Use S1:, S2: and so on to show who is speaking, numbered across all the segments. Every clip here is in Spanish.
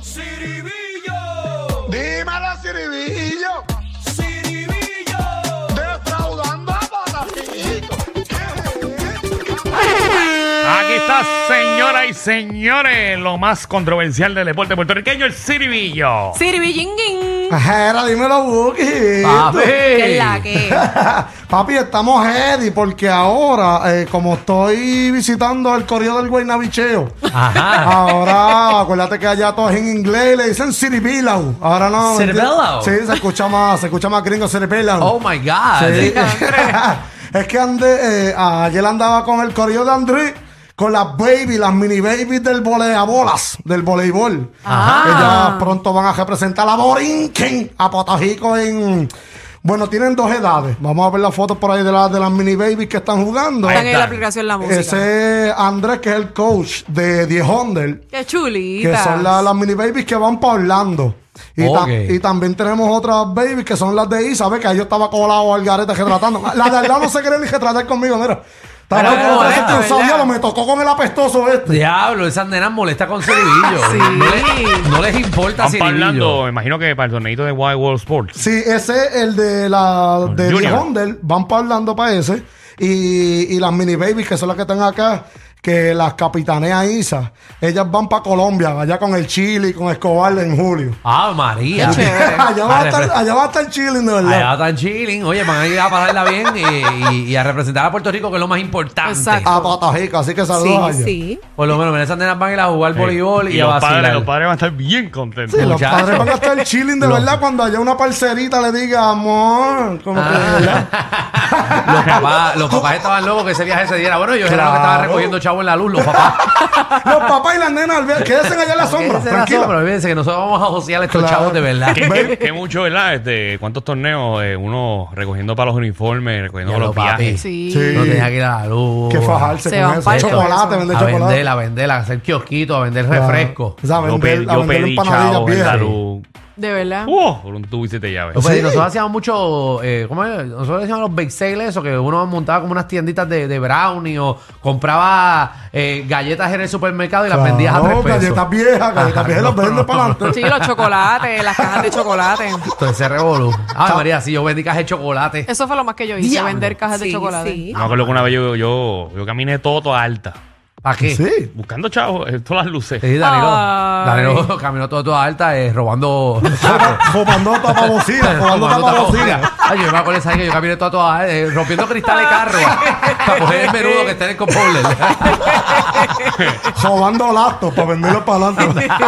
S1: Siribillo,
S2: Dímelo, Ciribillo,
S1: Siribillo,
S2: defraudando a Patacito.
S3: Aquí está, señoras y señores, lo más controversial del deporte puertorriqueño, el Ciribillo.
S4: Siribillinging.
S5: Era, dímelo, Buki.
S4: Que es la que.
S5: Papi, estamos heavy porque ahora, eh, como estoy visitando el corrido del Guaynabicheo,
S6: Ah.
S5: ahora, acuérdate que allá todo es en inglés y le dicen Siribilau. Ahora no.
S6: Ciribilau.
S5: Sí, se escucha más, se escucha más gringo Siribilau.
S6: Oh my God.
S5: Sí. es que ande, eh, ayer andaba con el corrido de Andrés con las baby, las mini babies del boleabolas, del voleibol. Ellas pronto van a representar a Borinquen, a Potajico en... Bueno, tienen dos edades. Vamos a ver las fotos por ahí de, la- de las mini babies que están jugando.
S4: Están en
S6: está.
S4: la aplicación la música.
S5: Ese Andrés, que es el coach de Diez Honder,
S4: Qué
S5: que
S4: chulita.
S5: son la- las mini babies que van para Orlando. Y, ta-
S6: Ok.
S5: y también tenemos otras babies que son las de Isa, ¿ves? Que ahí yo estaba colado al garete retratando. La de Orlando se quería ni retratar conmigo, mira. Estaba
S6: Pero,
S5: colado,
S6: ¿verdad?
S5: este usuario me tocó con el apestoso este.
S6: Diablo, esas nenas molestas con Ciribillo.
S4: Sí.
S6: no, les, no les importa
S3: Están parlando,
S6: Ciribillo.
S3: me imagino que para el torneito de Wild World Sports.
S5: Sí, ese es el de la de
S3: Junior.
S5: Diez Honder, van para Orlando para ese. Y, y las mini babies, que son las que están acá, que las capitanea Isa, ellas van para Colombia, allá con el Chile y con Escobar en julio.
S6: Ah, María. Ah,
S4: Qué chévere.
S5: allá, va a
S6: A
S5: estar,
S6: repre-
S5: allá va a estar chilling, de verdad.
S6: Allá están chilling. Oye, van a ir a pararla bien eh, y, y a representar a Puerto Rico, que es lo más importante.
S4: Exacto.
S5: a Patajica, así que saludos a
S4: Sí,
S5: ellos.
S4: sí.
S6: Por lo menos, mira, esas nenas van a ir a jugar voleibol y,
S3: y
S6: a
S3: los
S6: vacilar.
S3: padres, los padres van a estar bien contentos.
S5: Sí, los
S6: Muchachos.
S5: padres van a estar chilling de verdad cuando haya una parcerita le diga amor. Como que,
S4: Ah.
S5: ¿verdad?
S6: Los papás, los papás estaban locos que ese viaje se diera. Bueno, ellos eran los que estaban
S5: Claro.
S6: recogiendo chavo en la luz, los papás.
S5: Los papás y las nenas, olvida- quédense allá en la sombra.
S6: Ese era
S5: tranquila.
S6: asombro, olvídense que nosotros vamos a josear a estos
S5: Claro.
S6: chavos de verdad.
S3: Que, que- que mucho, ¿verdad? Este, ¿Cuántos torneos? eh, uno recogiendo para los uniformes, recogiendo
S6: Ya
S3: para
S6: lo,
S3: los
S6: papi.
S3: viajes.
S4: Sí.
S5: Sí.
S6: No tenía que ir a la luz.
S5: Que fajarse
S4: Se
S5: con
S4: van
S5: eso.
S4: pa'l
S5: Chocolate,
S4: corazón.
S5: vender
S6: a
S5: chocolate.
S6: vender, a vender, a hacer kiosquito, a vender refresco.
S5: O sea, a
S3: Yo
S5: vender,
S3: pedí,
S5: a
S3: yo
S5: vender
S3: pedí
S5: empanadillas
S3: chavo en la
S5: viejas.
S3: luz.
S4: De verdad.
S3: ¡Wow! Por un tubo y siete llaves.
S6: O sea,
S5: Sí.
S6: Pues, Nosotros hacíamos mucho, eh, ¿cómo es? Nosotros decíamos los bake sales, eso que uno montaba como unas tienditas de, de brownie o compraba eh, galletas en el supermercado y las
S5: Claro,
S6: vendías a tres pesos.
S5: galletas viejas, galletas viejas las venden para adelante.
S4: Sí, los chocolates, las cajas de chocolate.
S6: Entonces se revolú. Ay, María, si yo vendí cajas de chocolate.
S4: Eso fue lo más que yo hice,
S6: Diablo.
S4: vender cajas de chocolate.
S3: No, que una vez yo, yo, yo caminé todo, toda alta,
S6: ¿Para qué?
S5: Sí.
S3: buscando chavos, eh, todas las luces.
S6: Sí, Danilo,
S4: Ay.
S6: Danilo caminó todo, toda alta eh, robando...
S5: Fumando tapabocina, fumando tapabocina.
S6: Ay, yo me acuerdo esa vez que yo caminé toda toda eh, rompiendo cristales de carro para coger el menudo que está en el compounder.
S5: Sobando latos para venderlos para adelante.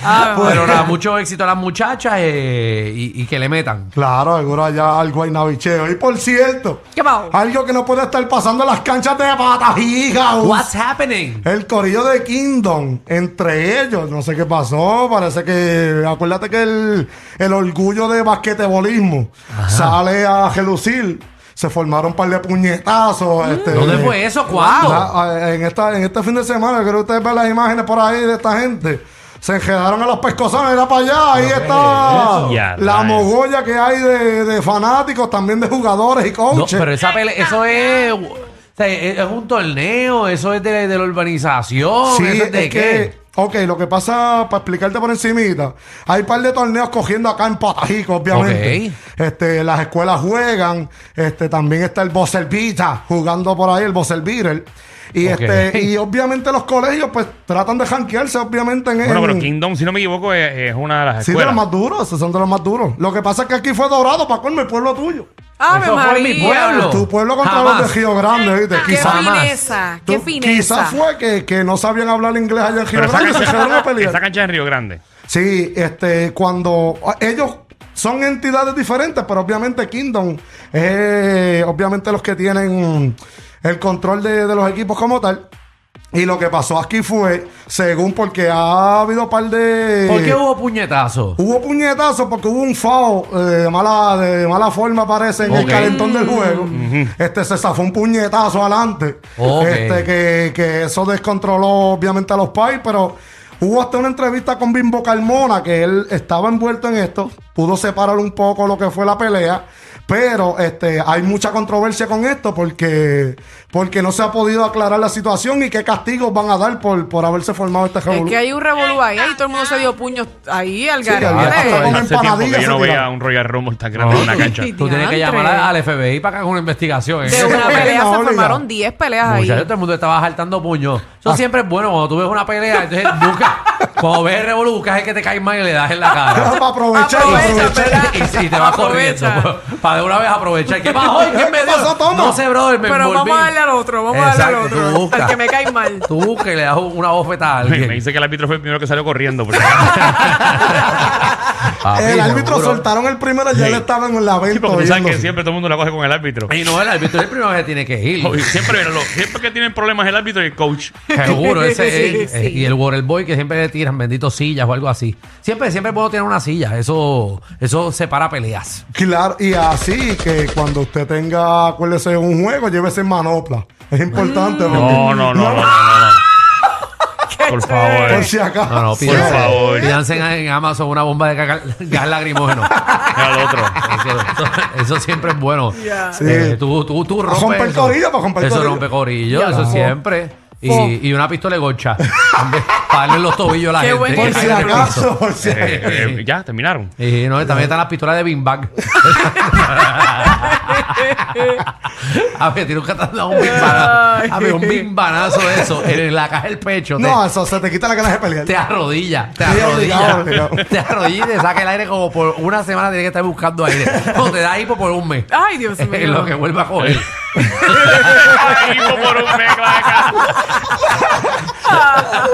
S4: Ah,
S6: Pero nada, mucho éxito a las muchachas eh, y, y que le metan.
S5: Claro, seguro allá al guaynabicheo. Y por cierto,
S4: ¿Qué pasó?
S5: algo que no puede estar pasando en las canchas de Patajiga.
S6: What's happening?
S5: El corillo de Kingdom, entre ellos, no sé qué pasó, parece que, acuérdate que el, el orgullo de basquetebolismo sale a relucir, se formaron un par de puñetazos. Este,
S6: ¿Dónde fue eso? ¿Cuándo?
S5: Ah, ah, En, esta, en este fin de semana, creo que ustedes ven las imágenes por ahí de esta gente. Se enredaron a los pescozones, era para allá, ahí
S3: eso?
S5: está
S3: Ya,
S5: la
S3: rayos.
S5: mogolla que hay de, de fanáticos, también de jugadores y
S6: No,
S5: coaches.
S6: pero esa pelea, eso es, o sea, es, es un torneo, eso es de, de la urbanización,
S5: Sí,
S6: Oh, eso
S5: es
S6: es de
S5: que,
S6: qué.
S5: ok, lo que pasa, para explicarte por encimita, hay un par de torneos cogiendo acá en Patajico, obviamente. Este, las escuelas juegan, este, también está el Bocervita jugando por ahí, el Bocervita. Y
S6: Ok.
S5: este, y obviamente los colegios, pues, tratan de janquearse, obviamente, en
S3: Bueno, pero
S5: en-
S3: Kingdom, si no me equivoco, es, es una de las
S5: Sí, de los
S3: escuelas.
S5: más duros, esos son de los más duros. Lo que pasa es que aquí fue dorado, para colmo, el pueblo tuyo.
S4: Ah,
S6: Eso fue en mi pueblo.
S5: Tu pueblo contra
S6: Jamás.
S5: los de Río Grande, ¿viste?
S4: Qué
S5: Quizás.
S6: jamás.
S4: fineza, qué
S5: Tú-
S4: fineza.
S5: Quizás fue que, que no sabían hablar inglés allá en Río
S3: Pero esa
S5: Grande y se quedaron a
S3: cancha,
S5: pelear. Eh,
S3: esa cancha es en Río Grande.
S5: Sí, este, cuando ellos son entidades diferentes, pero obviamente Kingdom es eh, obviamente los que tienen el control de, de los equipos como tal. Y lo que pasó aquí fue, según porque ha habido un par de...
S6: ¿Por qué hubo puñetazo?
S5: Hubo puñetazos porque hubo un FAO eh, de, mala, de mala forma, parece, en
S6: Ok.
S5: el calentón del juego. Este se zafó un puñetazo adelante.
S6: Ok.
S5: Este, que, que eso descontroló, obviamente, a los pais, pero hubo hasta una entrevista con Bimbo Carmona, que él estaba envuelto en esto, pudo separar un poco lo que fue la pelea. Pero este, hay mucha controversia con esto porque, porque no se ha podido aclarar la situación y qué castigos van a dar por, por haberse formado este
S4: Es
S5: revolú.
S4: que hay un revolú ahí y todo el mundo se dio puños ahí al
S5: Sí, había- hasta
S4: garete.
S5: con
S3: Hace tiempo que
S5: empanadillas
S3: yo no
S5: se
S3: veía
S5: tiraron.
S3: un Royal Rumble tan grande en una cancha.
S4: Sí.
S6: Tú tienes que
S4: Diantre.
S6: llamar a- al FBI para que haga una investigación. ¿eh?
S4: De
S5: Sí,
S4: una
S5: porque
S4: pelea
S5: no
S4: se
S5: obliga.
S4: formaron 10 peleas ahí.
S6: Muchachos, todo el mundo estaba saltando puños. Eso siempre es bueno cuando tú ves una pelea. Entonces, busca, cuando ves el revolú, buscas el que te cae mal y le das en la cara.
S5: Para aprovechar, para
S4: Aprovecha,
S5: aprovechar.
S6: y, y te vas corriendo. pues,
S4: Aprovecha.
S6: Para de una vez aprovechar. ¿Qué pasó? ¿Qué me
S5: ¿Qué
S6: dio?
S5: pasó, Tomo?
S6: No sé, brother, me
S4: Pero
S6: envolví.
S4: vamos a darle al otro, vamos a darle al
S6: Exacto, tú
S4: otro.
S6: busca.
S4: Al que me cae mal.
S6: Tú busca y le das una bofetada a
S3: Me
S6: alguien.
S3: me dice que el árbitro fue el primero que salió corriendo. porque-
S6: Papi,
S5: el árbitro
S6: seguro.
S5: soltaron el primero, ya
S3: Sí.
S5: él estaba en el laberinto.
S3: Sí, porque tú sabes que
S5: viéndose.
S3: siempre todo el mundo la coge con el árbitro.
S6: Y no, el árbitro es el primero que tiene que
S3: Y
S6: ir.
S3: Siempre, lo- siempre que tienen problemas el árbitro y el coach.
S6: Seguro, ese es-
S4: Sí.
S6: Y el water boy que siempre le tiran bendito sillas o algo así. Siempre, siempre puedo tener una silla. Eso, eso separa peleas.
S5: Claro, y así que cuando usted tenga, acuérdese, un juego, llévese manopla. Es importante. porque-
S3: Mm. No, no, eh. no, no, no, no. Por favor.
S5: Por si acaso.
S6: No, no, pídanse,
S3: Por favor.
S6: pídanse en, en Amazon una bomba de caca- gas lacrimógeno.
S3: Mira al otro.
S6: Eso, eso siempre es bueno.
S5: Sí.
S6: Eh, tú, tú, tú rompes
S5: romper
S6: eso.
S5: corillo, pa' romper
S6: Eso
S5: corillo.
S6: rompe corillo,
S5: Ya.
S6: eso
S5: Fo.
S6: siempre.
S5: Fo.
S6: Y, y una pistola de gocha. También, para darle en los tobillos a la
S4: Qué
S6: gente.
S4: buen
S6: que
S5: Por si
S6: caiga en el piso.
S5: acaso. por si-
S3: Eh, eh, ya, terminaron.
S6: Y no, y también están las pistolas de beanbag. a ver, tiene un catandado, un bimbanazo. A ver, un bimbanazo de eso en la caja del pecho.
S5: No, eso se te quita la ganas de pelear.
S6: Te arrodilla, te
S5: Sí,
S6: arrodilla,
S5: obligado, obligado.
S6: te arrodilla y te saca el aire como por una semana tienes que estar buscando aire. No, te da hipo por un mes.
S4: Ay, Dios mío.
S6: En lo que vuelva a coger.
S3: Hijo por un mes, claro, acá.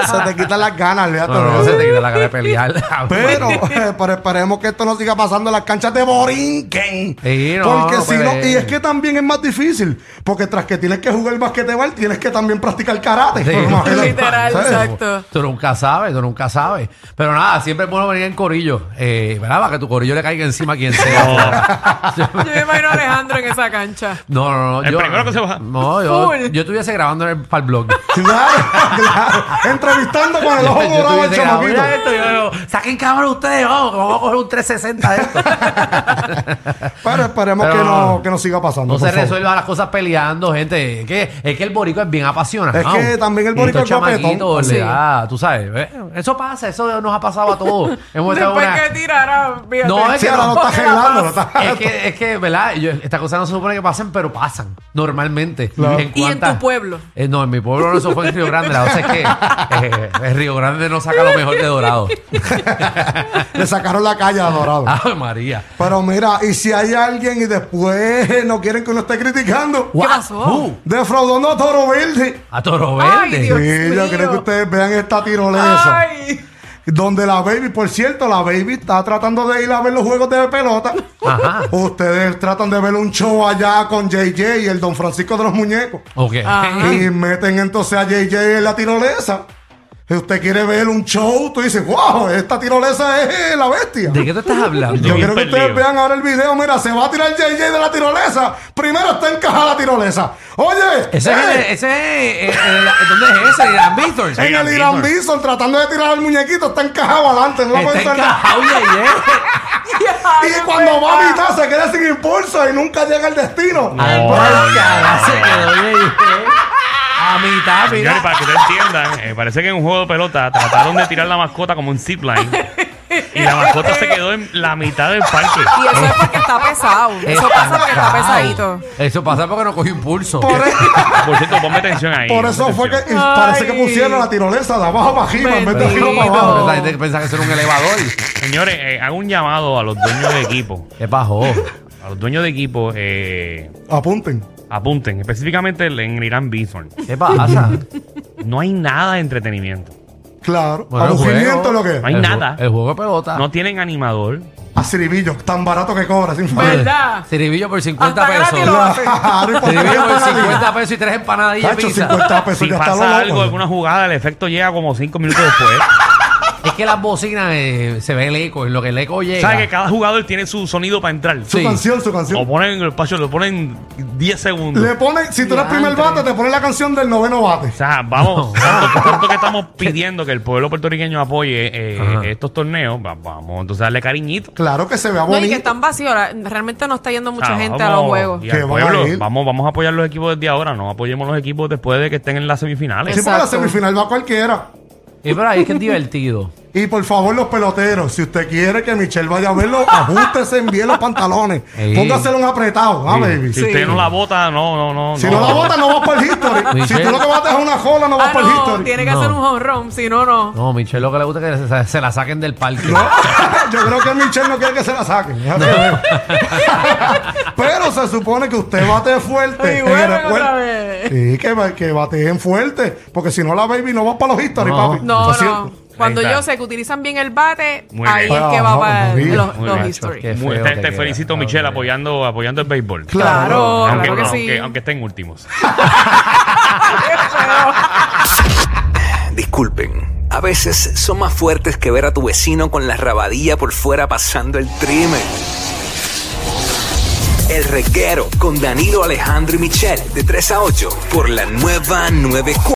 S5: Se te quitan las ganas, olvídate
S6: No, no,
S5: de
S6: no,
S5: eso.
S6: se te quita la cara de pelear.
S5: Pero, eh, pero esperemos que esto no siga pasando en las canchas de Borinquen.
S6: Sí, no,
S5: porque
S6: no
S5: si
S6: puede
S5: no,
S6: ser.
S5: y es que también es más difícil. Porque tras que tienes que jugar basquetebol, tienes que también practicar karate.
S6: Sí.
S5: Imagínate.
S4: Literal,
S5: ¿Sabes?
S4: exacto.
S6: Tú nunca sabes, tú nunca sabes. Pero nada, siempre es bueno venir en corillo. Eh, ¿Verdad? Para que tu corillo le caiga encima a quien sea.
S4: Yo me imagino a Alejandro en esa cancha.
S6: No, no, no.
S3: El primero que se baja.
S6: No, yo,
S4: Full.
S6: yo estuviese grabando en el, para el blog.
S5: Claro, claro. Entrevistando con el
S6: Yo
S5: ojo morado al
S6: estuviese grabando,
S5: chamaquito.
S6: mira esto, yo, yo, saquen cámara ustedes, vamos, que vamos a coger un 360 de esto.
S5: Pero esperemos
S6: Pero
S5: que,
S6: no.
S5: no, que no siga pasando.
S6: No
S5: por
S6: se
S5: favor.
S6: resuelvan las cosas peleando, gente. Es que, es que el borico es bien apasionado.
S5: Es que también el boricua
S6: Estos
S5: es guapetón.
S6: chamaquitos, le
S4: Sí.
S6: da, tú sabes. eh, Eso pasa, eso nos ha pasado a todos. Hemos estado
S4: Después
S6: en una-
S4: que tirara, fíjate.
S6: No, es
S5: Sí,
S6: que
S5: ahora lo
S6: no.
S5: está gelando. lo está-
S6: Es que, es que, ¿verdad? Yo- estas cosas no se supone que pasen, pero pasan normalmente.
S5: Claro.
S4: Y en
S6: cuantas-
S4: tu pueblo.
S6: Eh, no, en mi pueblo no, eso fue en Río Grande. La cosa es que eh, el Río Grande no saca lo mejor de Dorado.
S5: Le sacaron la calle a Dorado.
S6: Ay, María.
S5: Pero mira, y si hay alguien y después no quieren que uno esté criticando,
S6: What?
S4: pasó?
S6: Who?
S5: defraudando a Toro Verde.
S6: uh, A Toro Verde.
S4: Ay, Dios
S5: Sí, yo
S4: mío.
S5: creo que ustedes vean esta tirolesa.
S4: Ay.
S5: Donde la baby, por cierto, la baby está tratando de ir a ver los juegos de pelota.
S6: Ajá.
S5: Ustedes tratan de ver un show allá con JJ y el Don Francisco de los Muñecos.
S6: Ok.
S4: Ajá.
S5: Y meten entonces a JJ en la tirolesa. Si usted quiere ver un show, tú dices, wow, esta tirolesa es eh, la bestia.
S6: ¿De qué tú estás hablando?
S5: Yo
S3: Bien
S5: quiero que
S3: perdido.
S5: ustedes vean ahora el video. Mira, se va a tirar JJ de la tirolesa. Primero está encajada la tirolesa. Oye,
S6: Ese es, el-
S5: eh,
S6: ese es el- el- el- ¿Dónde es ese? El Ambithors.
S5: en el Irán Bison tratando de tirar al muñequito, está encajado adelante. No Oh. la puede
S6: Está en
S5: soltar.
S6: Cajao, yeah, yeah.
S5: Y cuando va
S6: Ah.
S5: a mitad se queda sin impulso y nunca llega al destino.
S6: Al
S3: no,
S6: Barca,
S3: no.
S6: se quedó, yeah, yeah. eh. A mitad,
S3: Señores,
S6: mira.
S3: para que ustedes entiendan, eh, parece que en un juego de pelota trataron de tirar la mascota como un zipline. Y la mascota se quedó en la mitad del parque.
S4: Y eso es porque está pesado. Eso pasa porque está
S6: Cajao.
S4: pesadito.
S6: Eh, Eso pasa porque no cogió impulso.
S5: Por, e-
S3: Por cierto, ponme atención ahí.
S5: por
S3: ponme
S5: eso fue que
S3: atención.
S5: y parece que pusieron la tirolesa de abajo para arriba en vez de arriba para
S4: Bendito.
S5: abajo.
S6: La gente piensa que eso era un elevador.
S3: Señores, eh, hago un llamado a los dueños de equipo.
S6: ¿Qué bajó?
S3: A los dueños de equipo, eh,
S5: Apunten.
S3: apunten, específicamente en Irán Bison.
S6: ¿Qué pasa?
S3: No hay nada de entretenimiento.
S5: Claro.
S6: Bueno,
S5: a
S6: el
S5: Bujimiento es
S6: juego-
S5: lo que es.
S3: No hay
S6: el ju-
S3: nada.
S6: El juego de
S5: Ah.
S6: pelota.
S3: No tienen animador.
S5: A Ciribillo, tan barato que cobra, sin falta.
S4: ¿Verdad?
S6: Ciribillo por 50
S4: Hasta gratis
S6: pesos.
S4: lo hace.
S5: Claro, y por
S6: Ciribillo por
S5: tanto,
S6: 50 pesos y tres empanadillas de
S5: Tacho,
S6: pizza.
S5: 50 pesos
S3: Si
S5: ya está
S3: pasa
S5: loco.
S3: algo, alguna jugada, el efecto llega como cinco minutos después.
S6: Es que las bocinas eh, se ve el eco, en lo que el eco llega.
S3: ¿Sabes que cada jugador tiene su sonido para entrar?
S5: Su
S6: Sí.
S5: canción, su
S3: Lo
S5: canción.
S3: ponen en el pacho, lo ponen 10 segundos.
S5: Le pone, si tú eres primer bate, te pone la canción del noveno bate.
S3: O sea, vamos,
S6: No.
S3: tanto, tanto que estamos pidiendo que el pueblo puertorriqueño apoye eh,
S6: Ajá.
S3: estos torneos, va- vamos entonces a darle cariñito.
S5: Claro que se vea
S4: No, y que
S5: bonito.
S4: están vacíos. ahora, Realmente no está yendo mucha
S3: Ah,
S4: gente a
S3: vamos,
S4: los juegos.
S3: y
S5: Que
S3: al
S5: van a
S3: pueblo,
S5: ir.
S3: vamos, vamos a apoyar los equipos desde ahora, no apoyemos los equipos después de que estén en las semifinales.
S5: Sí, porque la
S4: Exacto.
S5: semifinal va cualquiera.
S6: Y pero ahí es que es divertido.
S5: Y por favor, los peloteros, si usted quiere que Michelle vaya a verlo, ajústese bien los pantalones.
S6: Sí.
S5: Póngaselo un apretado, ah, baby.
S3: Si usted no la vota, no, no, no.
S5: Si
S3: no.
S5: no la botas, no vas para el history. si
S6: Michelle.
S5: tú lo que bates es una jola, no vas
S4: Ah,
S5: para el
S4: no,
S5: history.
S4: tiene que
S6: No.
S4: hacer un home run, si no, no.
S6: No, Michelle lo que le gusta es que se, se la saquen del parque.
S5: Yo creo que Michelle no quiere que se la saquen. déjate ver. Pero se supone que usted bate fuerte.
S4: Y
S5: Eh, en
S4: vuelven
S5: el-
S4: otra vez.
S5: Sí, que, ba- que bateen fuerte. Porque si no, la baby no va para los history,
S6: No.
S5: papi.
S4: No,
S5: Así-
S4: no. Cuando
S3: Ahí está.
S4: yo sé que utilizan bien el bate,
S3: Muy
S4: ahí
S3: bien.
S4: es que
S5: Ah,
S4: va para
S5: muy bien,
S4: los,
S3: muy
S4: los
S3: bien.
S4: history.
S6: Qué
S3: Muy-
S6: feo
S3: te,
S6: te
S3: te
S6: queda.
S3: felicito,
S6: Ah,
S3: Michelle,
S6: bueno.
S3: apoyando, apoyando el béisbol.
S4: Claro,
S3: aunque,
S4: claro que
S3: aunque-
S4: sí.
S3: aunque estén últimos.
S7: Disculpen, a veces son más fuertes que ver a tu vecino con la rabadilla por fuera pasando el trimen. El reguero con Danilo Alejandro y Michel de 3 a 8 por la nueva 94.